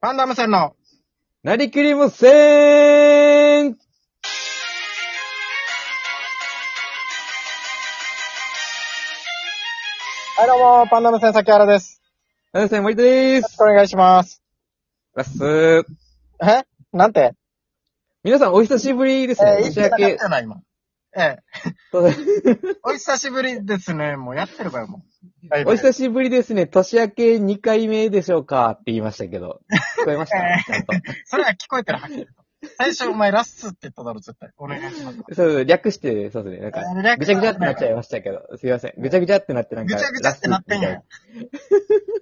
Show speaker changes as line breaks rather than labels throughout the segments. パンダムさんの、
なりきり無線
はいどうも、パンダムさん崎原です。
皆さん、森田で
よ
ー
ろし
す
くお願いします。
ラッスー
えなんて
皆さん、お久しぶりですね。
えー、
年
言
明
ってなかっ
け
た。な、今。ええ、
と
お久しぶりですね。もうやってるから、もう。だいぶ
お久しぶりですね。年明け2回目でしょうかって言いましたけど。聞こえました、
え
ちゃんと。
それは聞こえてるはず。最初、お前、ラッスって言っただろ、絶対。お願いします。
そうそう、略して、そうですね。なんか、
えー略
ぐちゃぐちゃってなっちゃいましたけど。すいません。ぐちゃぐちゃってなって、なん
ぐち
か、
ゃぐちゃってなってん
ラ
やん。
ッ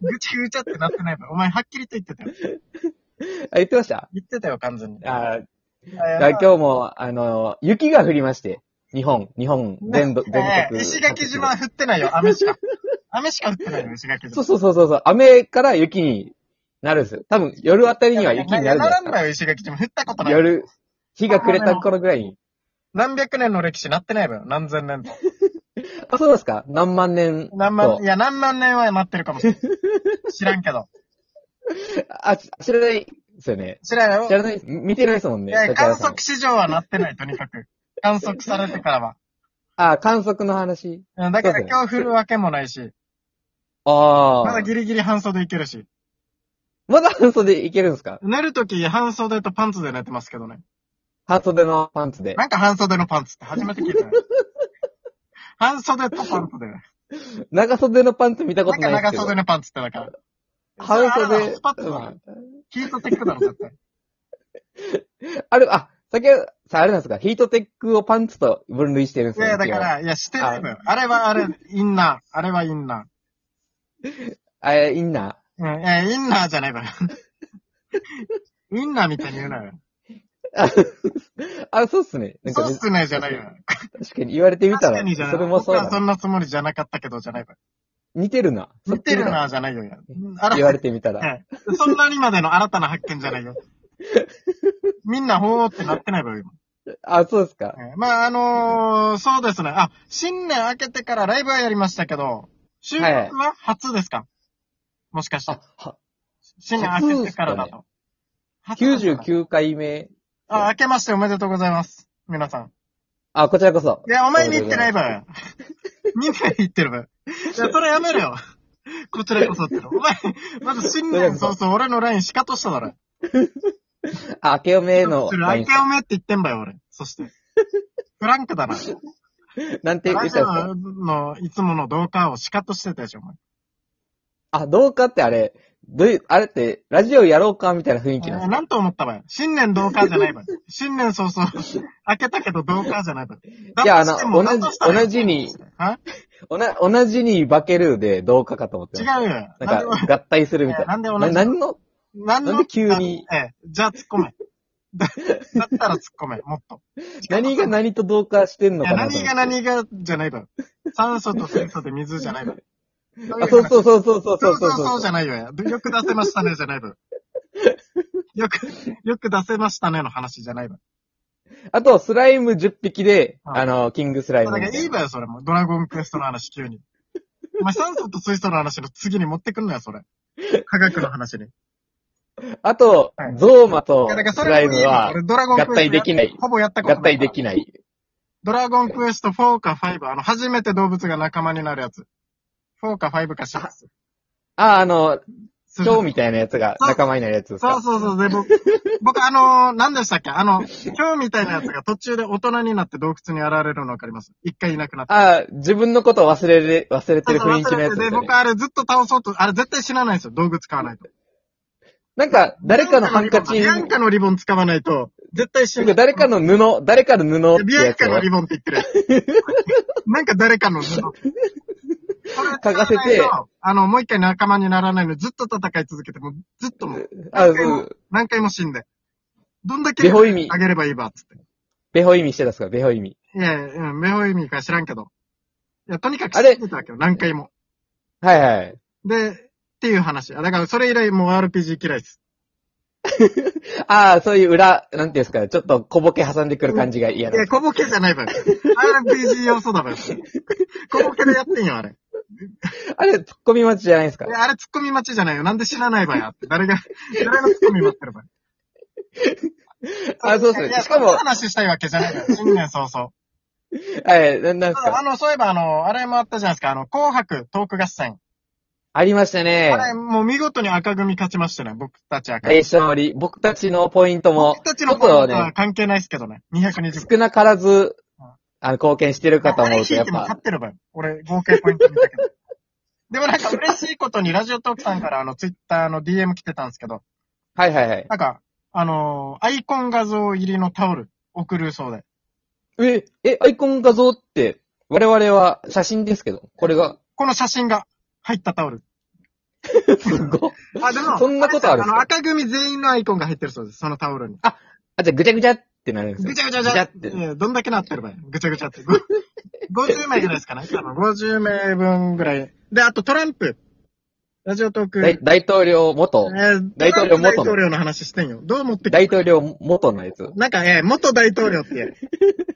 ぐちゃぐちゃってなってないわ。お前、はっきりと言ってたよ。
スみたいなあ、言ってました
言ってたよ、完全に。
あー
え
あ、今日も、あの、雪が降りまして。日本、日本、全土、全国。
ええ石垣島は降ってないよ、雨しか。雨しか降ってないよ、石垣島。
そうそうそうそうそう。雨から雪になるんですよ。多分、夜あたりには雪になるんじゃない
ん
で
だよ、石垣島。降ったことな
すか。
い。
夜、日が暮れた頃ぐらいに。
何百年の歴史なってないわよ。何千年と。
あ、そうですか何万年。
何万、
そ
いや、何万年はなってるかもしれない。 知らんけど。
あ、知知らないですよね。
知らんよ。
知らない、見てないですもん
い
ね。
や
立
観
原さん
測市場はなってない、とにかく。観測されてからは。
あ、観測の話。
うんだか
そう
ら
ですね
今日降るわけもないし、
ああ。
まだギリギリ半袖いけるし。
まだ半袖いけるんですか
寝るとき半袖とパンツで寝てますけどね。
半袖のパンツで。
なんか半袖のパンツって初めて聞いたよ。半袖とパンツで。
長袖のパンツ見たこ
な
と
んか
ないで
長
すけど。
袖のパンツってだから。
半
それあれだろ
袖
スパッツだろ。ヒートテックだろ、絶対。
うんある、あ、先ほど、さあ、あれなんですかヒートテックをパンツと分類してるんです
い
よ。
や、だか
一応。
ら、いや、してないのよ。あれはあれ、インナー。あれはインナー。
あ、えインナー。
うん、え、インナーじゃないだろ。インナーみたいに言うなよ。
あ、あそうっすね。なんか
そうっ
ね、
すねじゃないよ。
確かに言われてみた
確
ら
かにじゃ、ない。
それもそう
僕は
だ
そ
な。
んなつもりじゃなかったけどじゃないわ。
似てるな。
似てる
そっ
なじゃないよ。あ
くりだ言わ
ら、
れてみたら。
うんそんなにまでの新たな発見じゃないよ。みんな、ほーってなってないわよ、今。
あ、そうですか。
うんまあ、あのー、そうですね。あ、新年明けてからライブはやりましたけど、収録
はい
は初ですかもしかして
あ。、は、
新年明けてからだと。初ですかね
99回目。
あ、明けましておめでとうございます。皆さん。
あ、こちらこそ。
いや、お前に言ってないばよ。みんなに言ってるばよ。いや、それやめろよ。こちらこそっての。お前、まず新年早々俺のラインシカトしただろ。
あ、明けおめの
それ、
ライ
明
ン
けおめって言ってんばよ、俺。そして。フランクだな。
なんて言
ラ
っ
ジ
たんです
オ
か
の、いつもの同感をシカトしてたでしょ、お前。
あ、どうかってあれ、どういう、あれって、ラジオやろうかみたいな雰囲気なんで
えー
すか
なんと思ったばよ。新年同感じゃないばよ。新年早 々、明けたけど同感じゃないばよ。
いやあの
だとしても
同じ
だとしたら
同じに
は
おな、同じに化けるでどうかかと思って
違う
ま
よ。
す。
な
なん
で
ん
も
か、合体するみたいな。
なんで同じ
な何の、
なんの
なんで急に
あええ、じゃあ突っ込 め。だだったら突っ込め、もっと。
何が何と同化してん
い
の
や、
かなと思
何
って
が何がじゃないだろ。酸素と水素で水じゃないだろ。
あ、そう
う
そうそうそうそ
そ
うそうう
そうそう
そう
じゃないよ。よく出せましたね、じゃないだろ。よく、よく出せましたねの話じゃないだろ。
あと、スライム10匹で、
はい
あの、キングスライ
だ
ム
か
みた
らい
いな。
いわよ、それも。ドラゴンクエストの話、急に。お前、酸素と水素の話の次に持ってくんなよ、それ。科学の話に。い
あと
はい、
ゾーマと
や、だからそ
ス
れ
ライ
も
ム
いいわ
は
俺ドラゴンクエス
合
ト
体できない。
ほぼやったこと
合
ない。
体できない。
ドラゴンクエスト4か5、あの、初めて動物が仲間になるやつ。4か5か6。
あ、あの、
す
蝶みたいなやつが
そう
仲間になるやつです
そ
か
う。そうそう。で、僕、僕あのー、何でしたっけあの、今日みたいなやつが途中で大人になって洞窟に現れるのわかります一回いなくなって。
あ、自分のことを忘れれ、忘れてる雰囲気のや
で
つですよね
僕。あれずっと倒そうと、あれ絶対死なないんですよ。道具使わないと。
なんか、誰かのハンカチ、
ビア
なん
ンカのリボン使わないと、絶対死ぬ。
か誰かの布、誰かの布って
ビアン
やつ
カのリ
を
ボンって言ってるや つ。なんか誰かの布。これ
嗅がせて、
あの、もう一回仲間にならないのにずっと戦い続けて、もうずっともう、
あ、そ
何回も
う、
何回も死んで。どんだけ
ベホ意味
あ、げればいいば、つって。
ベホ意味してたんですか、ベホ意味。
いや、うん、メホ意味か知らんけど。いや、とにかく
あれ
死んでたわけよ、何回も。
はいはい。
で、っていう話。あだから、それ以来もう RPG 嫌いです。
あそういう裏、なんていうんですか、ちょっと小ボケ挟んでくる感じが嫌
い
な
や、。小ボケじゃないわよ。RPG 要素だわよ。小ボケでやってんよ、あれ。
あれ、突っ込み待ちじゃないですか
い。やあれ突っ込み待ちじゃないよ。なんで知らないばやって。誰が、誰が突っ込み待ってるばや。
あ、そうっす
い
ね。
や
しか
そん
も
な、話したいわけじゃないから。新年早 々。
はい、ななんです
あ
か。
の、そういえばあの、あれもあったじゃないですか。あの、紅白トーク合戦。
ありましたね。
あれ、もう見事に赤組勝ちましたね。僕たち赤組。
大勝利。僕たちのポイントも
僕、たち
ちょ
の
っ
こと
と
は
ね、
関係ないですけどね。220
少なからず
うん、
あの、貢献してるかと
あれ
思うと、
引
や
い
って
も
ぱ
勝っ、てればよ。俺、合計ポイント見たけど。 でもなんか嬉しいことに、ラジオトークさんからあの、ツイッターの DM 来てたんですけど、
はいはいはい。
なんか、あのーアイコン画像入りのタオル送るそうで。
え、え、アイコン画像って、我々は写真ですけど、これが、
この写真が入ったタオル。
す ごっ
あ、でも、
そんなことあるん
あ
です
の、
か
赤組全員のアイコンが入ってるそうです、そのタオルに。
あ、じゃあぐちゃぐちゃってなるんですよ。
ぐちゃぐちゃぐちゃっ
ぐ
て。
ち
い
ゃって。
やどんだけなってればいいぐちゃぐちゃって。ご50名ぐらいですかね。多分50名分ぐらい。で、あとトランプ。ラジオトーク。
大大統領元
え、ー
大統領
トランプ大
元の
統領の話してんよ。どう持ってく
大統領元のやつ。
なんか、えー元大統領って言え。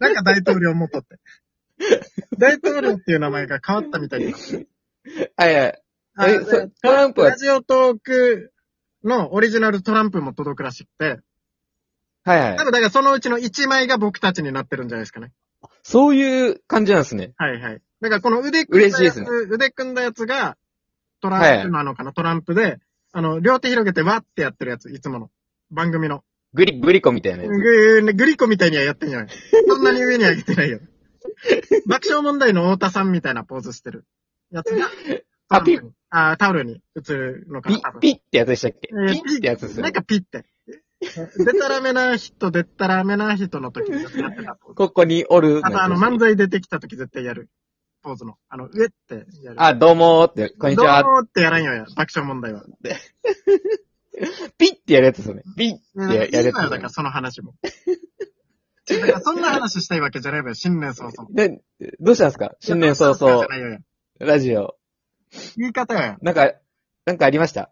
なんか大統領元 って。大統領っていう名前が変わったみたいです。
はいはい。
あ
えそ
で
トランプは
ラジオトークのオリジナルトランプも届くらしくて、
はい
多
はい。
分だからそのうちの1枚が僕たちになってるんじゃないですかね。
そういう感じなんですね。
はいはい。だからこの腕組んだ
嬉しいで
やつ、
すね
腕組んだやつがトランプなのかな、トランプで、あの、両手広げてわってやってるやつ、いつもの。番組の。
グリ、グリコみたいなやつ。
ググリコみたいにはやってんじゃない。そんなに上には上げて ないよ。爆笑問題の太田さんみたいなポーズしてるやつが、
あピ
トラン
ッ
プにあータオルに映るのかな
ピ
多分
ピってやつでしたっけ
えー
ピってやつですよ
な
ね
ん。かピッて。でたらめな人、でたらめな人の時にやってたポーズ。
ここにおるのや
あ
つ。
とあの漫才出てきた時絶対やる。ポーズの。あの、上ってやる。
あ、どうもーって、こんにち
ど
は。
うもってやらんよや、爆笑問題は。
ピってやるやつですよね。ピ
う
っ
ん
て
い
や
いの
やるや
よ、
つ
だ
で
から
す
その話も。だからそんな話したいわけじゃないわよ、新年早々。
よね。で、どうしたんですか新年早
いやそ
々
んな話じゃ、ないよや
ラジオ。
言い方や。
なんか、なんかありました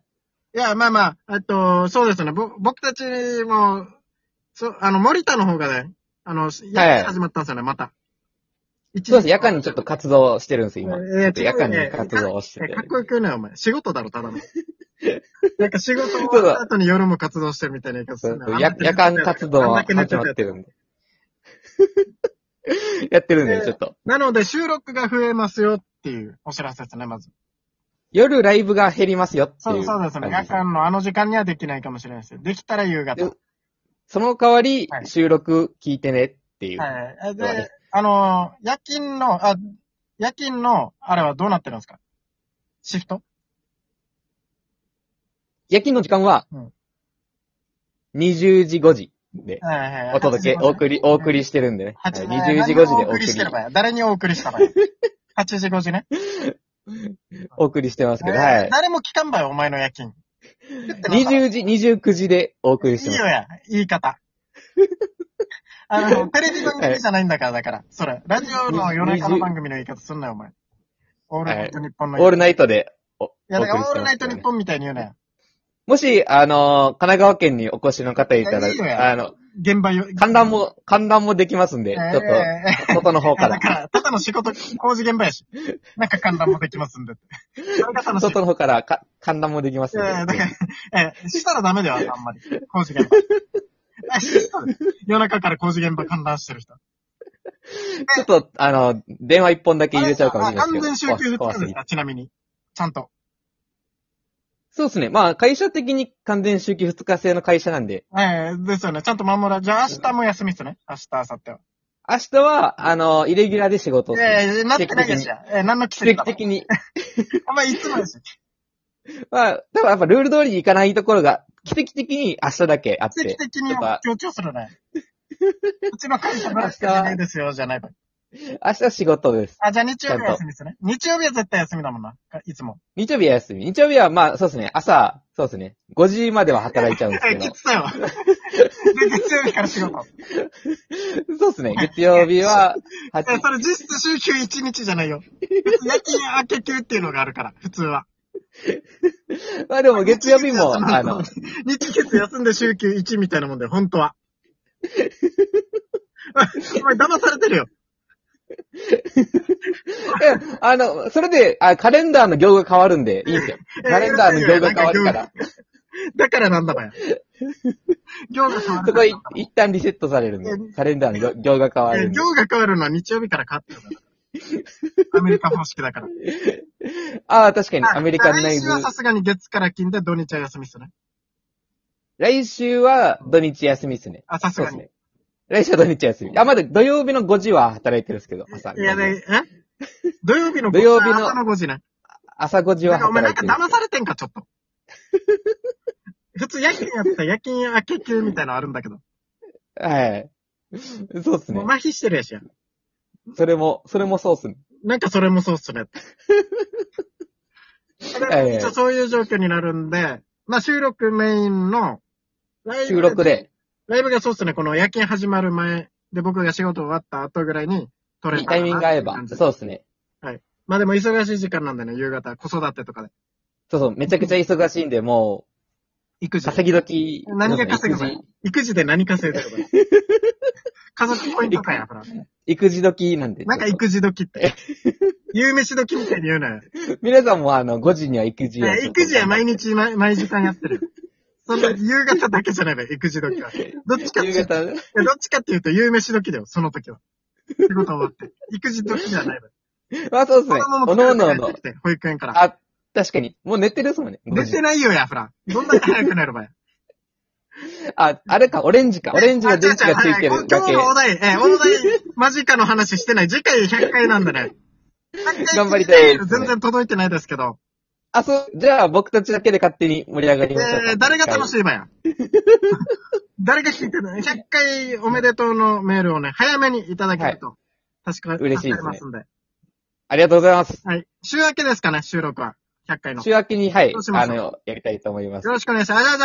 いや、まあまあ、えっと、そうですね。ぼ、僕たちも、そ、あの、森田の方がね、あの、やっと始まったんですよね、また。一
そうです。夜間にちょっと活動してるんですよ、今。
えー、
夜間に
ね
活動をして
え
て
か。っこよく言うなよ、お前。仕事だろ、た だの。なんか仕事終
そ
わっ
うだ
た後に夜も活動してるみたいな言い方す
そう
るな
そうや夜間活動は始まって。るんで。 やってるんで、ちょっと。
なので、収録が増えますよっていうお知らせですね、まず。
夜ライブが減りますよって
そ
いうう
そう
感
です
じ
ね。
で
夜
す。
間のあの時間にはできないかもしれないですよ。できたら夕方。
でその代わり
は、い
収録聞いてねっていう。
はい。
そうで
で、あのー夜勤の、あ、夜勤の、あれはどうなってるんですかシフト
夜勤の時間は
うん、
20時5時で
はいはいはい
お届け、お送り、お送りしてるんでね。はい
8
20時5時で
お
お送
送りしてれば
り、
や。誰にお送りした ばや。8時5時ね。
お送りしてますけど、は
えー
い。
誰も聞かんばよ、お前の夜勤。
20時、29時でお送りして
いい
ます
よ。や、言い方。 あの、テレビ番組じゃないんだから、だから、それ。ラジオの夜中の番組の言い方すんなよ、お前。オールナイト日本の
オールナイトでお、お
いや、
送
だ
り
からオ
し
ー
て
ルナ
ます
イ
け
ト
どね
日。本みたいに言うなよ。
もし、あのー神奈川県にお越しの方いた
いやいいよ
ら、
や
あの、
現場よ。
観覧も、観覧もできますんで、ちょっ
えー
と、外の方か
だ
ら
か、ら、ただの仕事、工事現場やし。なんか観覧もできますんでって。それが楽しい。
外の方からか、観覧もできます
え
んで。
ーだから、えーしたらダメだよ、あんまり。工事現 場。えしたら夜中から工事現場観覧してる人。
ちょっと、あの、電話一本だけ入れちゃうかもしれない
あ
で
完全
す
週
けど。
休2
怖
日
す
で
ぎ
す
て
か、ちなみに。ちゃんと。
そうですね。まあ、会社的に完全週休2日制の会社なんで、
えーですよね。ちゃんと守ら、じゃあ明日も休みっすね。明日、明後日は。
明日は、あの、イレギュラーで仕事をする。
えー、なってないやしや。えー、何の奇跡
奇
だ
跡
ろ
的に。
お前いつもやし。
まあ、多分やっぱルール通りにいかないところが、奇跡的に明日だけあっ
奇跡
て、
的に
やっぱ
強調するね。うちの会社まだしかないですよ、じゃないと。
明日仕事です。
あ、じゃあ日曜日は休みですね。日曜日は絶対休みだもんな。いつも。
日曜日は休み。日曜日は、まあ、そうですね。朝、そうですね。5時までは働いちゃうんです
え、
け
き
ど。
つだよ。で、月曜日から仕事。
そうですね。月曜日は、8
え、それ実質週休1日じゃないよ。 夜勤明け休っていうのがあるから、普通は。
まあでも月曜日も、
日
あの、
日月休んで週休1みた いなもんで、本当は。お前騙されてるよ。
あの、それで、あ、カレンダーの行が変わるんで、いいですよ。カレンダーの行が変わるから、
だからなんだかよ。行が変わる
そこい一旦リセットされるんで、カレンダーの行行が変わ
いや
るんで。
行が変わるのは日曜日から変わってるから。アメリカ方式 だから。
ああ、確かに、アメリカンナイ
来
ズ
週。はさすがに月から金で土日は休みっすね。
来週は土日休みっすね。
あ、さす
そう
が
です
に。
ね。来週は土日休み。あ、まだ土曜日の5時は働いてるんですけど、朝。
いやね、え土曜日の
土曜日の
朝の5時ね。
朝5時
な
は
んかお前な
働
ん
いて
か
る。
騙されてんか、ちょっと。普通夜勤やってたら夜勤明け休みたいなのあるんだけど。
はい。 そうっす
も
ね
う。麻痺してるやしや。
それも、それもそうっすね。
なんかそれもそうっ すね。だから
ええ
一応そういう状況になるんで、まあ収録メインの、ライブ
収録で、
ライブがそうっすね、この夜勤始まる前で僕が仕事終わった後ぐらいに撮れ
いい
たらな
タイミングが合え
っ
ば
てい、う感じ
そうっすね。
まあでも忙しい時間なんでね、夕方、子育てとかで。
そうそう、めちゃくちゃ忙しいんで、も
育
う、
児。
稼ぎ時。
何が稼ぐ
育
の
児
育児で何稼いでる の家族ポイントかや、ほら。
育児時なんで。
なんか育児時 って。夕飯時みたいに言うなよ。
皆さんもあの、5時には育児を
ね育児は毎日毎、毎時間やって る。そんな夕方だけじゃないわ、育児時は。どっちかって
夕
いうと、
方、
いやどっちかっていうと夕飯時だよ、その時は。仕事終わって。育児時じゃないわ。
まあそうっす
子
ね。
供
お
も
のお
疲
の
れ
お
て帰っ
の
てき。て、保育園から。
あ、確かに。もう寝てるっすもんね。
寝てないよや、ほら。どんだけ早くなるばや。
あ、あれか、オレンジ か。オレンジの電池がつい
あ
て
違う違
る
う
だ
今日。
け
のお題、え ー、お題、間近の話してない。次回100回なんでね。
頑張りたいですね
全然届いてないですけど。
あ、そう、じゃあ僕たちだけで勝手に盛り上がりましょうか。
えー、誰が楽しいば や。誰が聞いてない ?100 回おめでとうのメールをね、早めにいただけると。確か
嬉しい
助
ですね
かりますんで。
ありがとうございます。
はい。週明けですかね、収録は。100回の。よ
週明けに、はい
そうし、ま
あ
しょう
の、やりたいと思います。
ろしくお願いします。あじゃあじゃあ